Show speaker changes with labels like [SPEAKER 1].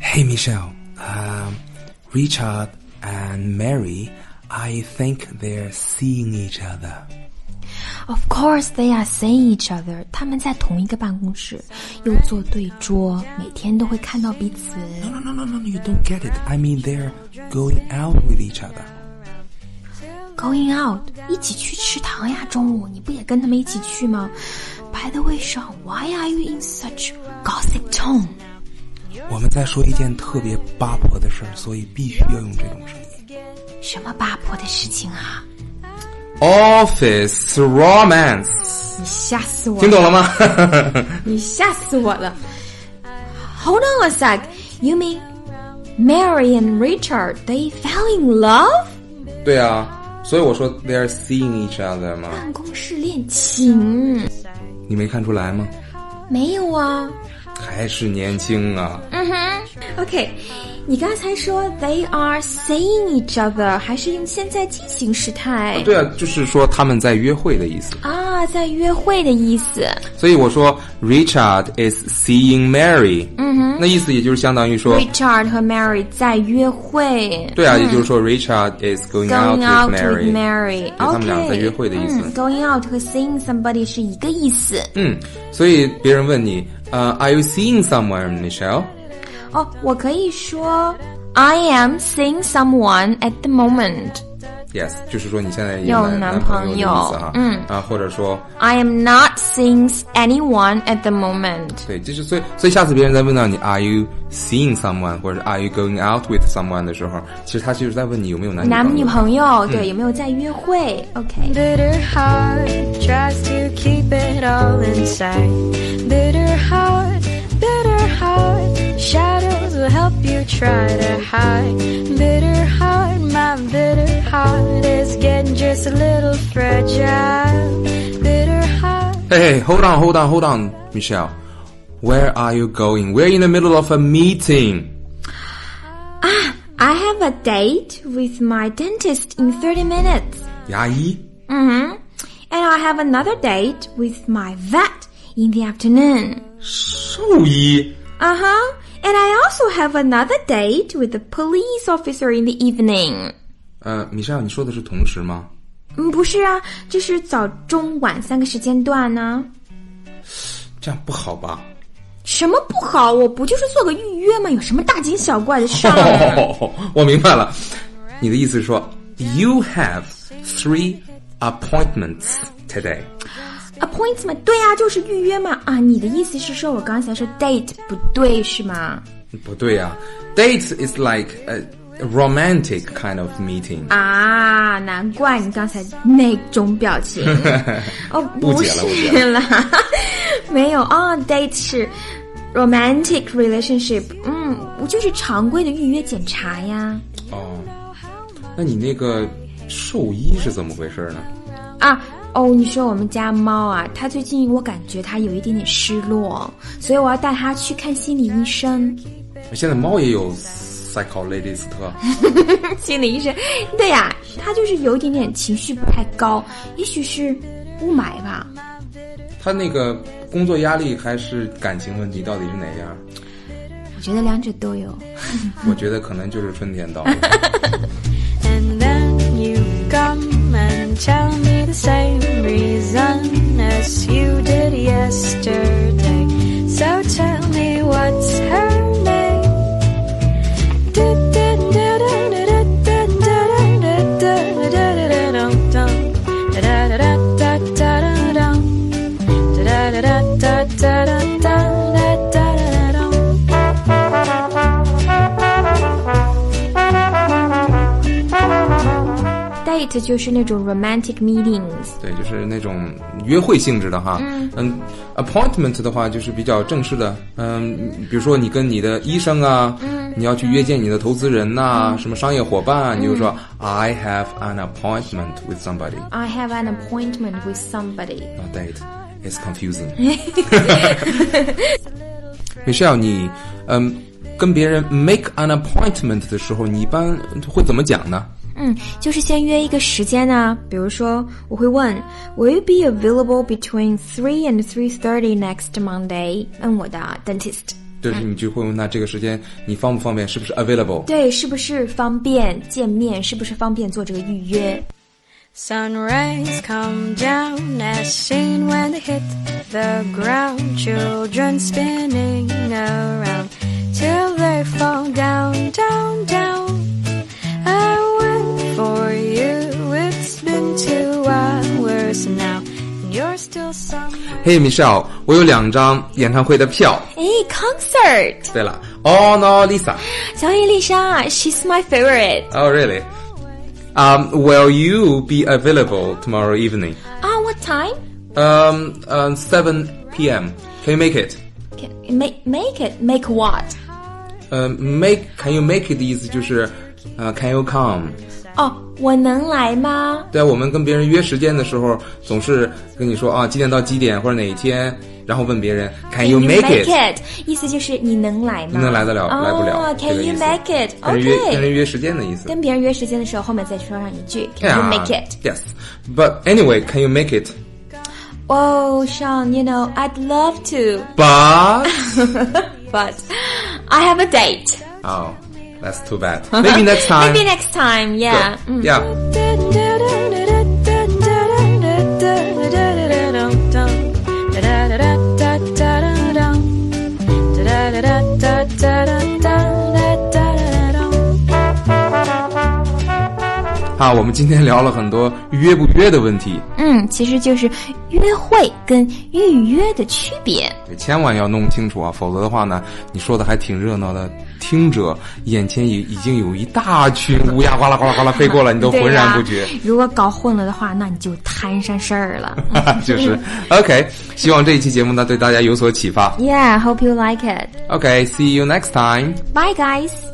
[SPEAKER 1] Hey, Michelle. Um, Richard and Mary, I think they're seeing each other.
[SPEAKER 2] Of course, they are seeing each other。他们在同一个办公室，又坐对桌，每天都会看到彼此。
[SPEAKER 1] No, no, no, no, no, you don't get it. I mean, they're going out with each other.
[SPEAKER 2] Going out，一起去吃糖呀！中午你不也跟他们一起去吗？By the way, Sean, why are you in such gossip tone？
[SPEAKER 1] 我们在说一件特别八婆的事儿，所以必须要用这种声音。
[SPEAKER 2] 什么八婆的事情啊！
[SPEAKER 1] Office romance，
[SPEAKER 2] 你吓死我！
[SPEAKER 1] 听
[SPEAKER 2] 了！
[SPEAKER 1] 懂了吗？
[SPEAKER 2] 你吓死我了！Hold on a sec. You mean Mary and Richard they fell in love？
[SPEAKER 1] 对啊，所以我说 they're seeing each other 嘛，
[SPEAKER 2] 办公室恋情？
[SPEAKER 1] 你没看出来吗？
[SPEAKER 2] 没有啊。
[SPEAKER 1] 还是年轻啊！
[SPEAKER 2] 嗯哼。OK，你刚才说 they are seeing each other，还是用现在进行时态？
[SPEAKER 1] 对啊，就是说他们在约会的意思。
[SPEAKER 2] 啊，在约会的意思。
[SPEAKER 1] 所以我说 Richard is seeing Mary，嗯哼，那意思也就是相当于说，
[SPEAKER 2] Richard 和 Mary 在约会。
[SPEAKER 1] 对啊，也就是说 Richard is going out
[SPEAKER 2] Going out
[SPEAKER 1] with
[SPEAKER 2] with
[SPEAKER 1] Mary。
[SPEAKER 2] Mary，嗯
[SPEAKER 1] 他们俩在约会的意思
[SPEAKER 2] Going out 和 seeing somebody 是一个意思。
[SPEAKER 1] 嗯，所以别人问你，呃，Are you seeing someone, Michelle？
[SPEAKER 2] 哦，我可以说 I am seeing someone at the moment.
[SPEAKER 1] Yes，就是说你现在
[SPEAKER 2] 有
[SPEAKER 1] 男朋友的
[SPEAKER 2] 男朋友
[SPEAKER 1] 意思哈，
[SPEAKER 2] 嗯
[SPEAKER 1] 啊，或者说
[SPEAKER 2] I am not seeing anyone at the moment.
[SPEAKER 1] 对，就是所以所以下次别人在问到你 Are you seeing someone 或者是 Are you going out with someone 的时候，其实他就是在问你有没有男
[SPEAKER 2] 男
[SPEAKER 1] 女
[SPEAKER 2] 女
[SPEAKER 1] 友。
[SPEAKER 2] 朋友，
[SPEAKER 1] 嗯
[SPEAKER 2] 对，有没有在约会？OK，
[SPEAKER 3] Bitter heart tries to keep it all inside. Bitter heart, bitter heart, shadows will help you try to hide. Bitter heart, my bitter heart is getting just a little fragile. Bitter heart.
[SPEAKER 1] Hey, hey, hold on, hold on, hold on, Michelle. Where are you going? We're in the middle of a meeting.
[SPEAKER 2] I have a date with my dentist in 30 minutes.
[SPEAKER 1] 牙医
[SPEAKER 2] Mm-hmm. And I have another date with my vet in the afternoon.
[SPEAKER 1] 兽医
[SPEAKER 2] Uh-huh. And I also have another date with the police officer in the evening. Mm,
[SPEAKER 1] 呃，米少，你说的是同时吗？
[SPEAKER 2] 嗯，不是啊，这是早、中、晚三个时间段呢、
[SPEAKER 1] 这样不好吧？
[SPEAKER 2] 什么不好？我不就是做个预约吗？有什么大惊小怪的事儿、
[SPEAKER 1] 我明白了，你的意思是说，You have three appointments today。
[SPEAKER 2] Appointment，对呀、就是预约嘛。啊，你的意思是说我刚才说 date 不对是吗？
[SPEAKER 1] 不对啊，date is like a romantic kind of meeting。
[SPEAKER 2] 啊，难怪你刚才那种表 情。哦，
[SPEAKER 1] 误
[SPEAKER 2] 不
[SPEAKER 1] 解了误解
[SPEAKER 2] 是啦，没有啊、d a t e 是 romantic relationship，嗯，我就是常规的预约检查呀。
[SPEAKER 1] 哦，那你那个兽医是怎么回事呢？
[SPEAKER 2] 啊，哦，你说我们家猫啊，它最近我感觉它有一点点失落，所以我要带它去看心理医生。
[SPEAKER 1] 现在猫也有 psychologist，
[SPEAKER 2] 心理医生，对呀、它就是有一点点情绪不太高，也许是雾霾吧。
[SPEAKER 1] 他那个工作压力还是感情问题，到底是哪样？
[SPEAKER 2] 我觉得两者都有。
[SPEAKER 1] 我觉得可能就是春天到了。
[SPEAKER 3] And then you come and tell me the same reason as you did yesterday. So tell me what's her name.
[SPEAKER 2] date 就是那种 romantic meetings，
[SPEAKER 1] 对，就是那种约会性质的哈。嗯 a p p o i n t m e n t 的话就是比较正式的，嗯，比如说你跟你的医生啊，你要去约见你的投资人呐、什么商业伙伴啊，你就说 I have an appointment with somebody。
[SPEAKER 2] I have an appointment with somebody。
[SPEAKER 1] Not date. It's confusing. Michelle，你嗯跟别人 make an appointment 的时候，你一般会怎么讲呢？
[SPEAKER 2] 嗯，就是先约一个时间啊。比如说，我会问 Will you be available between three and three thirty next Monday？问我的 dentist。
[SPEAKER 1] 就是你就会问他这个时间你方不方便，是不是 available？
[SPEAKER 2] 对，是不是方便见面？是不是方便做这个预约？
[SPEAKER 3] Sun rays come down as seen when they hit the ground. Children spinning around till they fall down, down, down. I went for you. It's been two hours now, and you're still somewhere.
[SPEAKER 1] 嘿、m i c h e l l e 我有两张演唱会的票。
[SPEAKER 2] 哎，concert，
[SPEAKER 1] 对了，Oh no, Lisa.
[SPEAKER 2] 小野丽莎，She's my favorite。
[SPEAKER 1] Oh really? Um, will you be available tomorrow evening?
[SPEAKER 2] Ah, what time?
[SPEAKER 1] Um, uh, 7 p.m. Can you make it?
[SPEAKER 2] Can make make it make what?
[SPEAKER 1] Um, make can you make it 的意思就是，呃、c a n you come？
[SPEAKER 2] 哦，我能来吗？
[SPEAKER 1] 在我们跟别人约时间的时候，总是跟你说啊几点到几点或者哪一天，然后问别人 Can you make
[SPEAKER 2] it?
[SPEAKER 1] it？
[SPEAKER 2] 意思就是你能来吗？
[SPEAKER 1] 能来得了，
[SPEAKER 2] 哦
[SPEAKER 1] 来不了这
[SPEAKER 2] Can
[SPEAKER 1] 个
[SPEAKER 2] you
[SPEAKER 1] 意思
[SPEAKER 2] make it?
[SPEAKER 1] 跟人约跟人
[SPEAKER 2] OK。
[SPEAKER 1] 约时间的意思。
[SPEAKER 2] 跟别人约时间的时候，后面再说上一句
[SPEAKER 1] 哎
[SPEAKER 2] Can you make it?
[SPEAKER 1] Yes, but anyway, can you make it?
[SPEAKER 2] Oh, Sean, you know I'd love to,
[SPEAKER 1] But
[SPEAKER 2] but I have a date.
[SPEAKER 1] oh, that's too bad. Maybe next Mm. time.
[SPEAKER 2] Maybe next time. Yeah. 嗯
[SPEAKER 1] Yeah.
[SPEAKER 3] Thank
[SPEAKER 1] 啊，我们今天聊了很多约不约的问题，
[SPEAKER 2] 嗯，其实就是约会跟预约的区别。
[SPEAKER 1] 千万要弄清楚啊，否则的话呢，你说的还挺热闹的，听者眼前已已经有一大群乌鸦呱啦呱啦呱啦飞过来，你都
[SPEAKER 2] 对
[SPEAKER 1] 浑然
[SPEAKER 2] 呀
[SPEAKER 1] 不觉。
[SPEAKER 2] 如果搞混了的话，那你就摊上事儿了。 嗯
[SPEAKER 1] 就是 OK，希望这一期节目呢对大家有所启发。
[SPEAKER 2] yeah, hope you like it.
[SPEAKER 1] OK，see、you next time。
[SPEAKER 2] Bye, guys.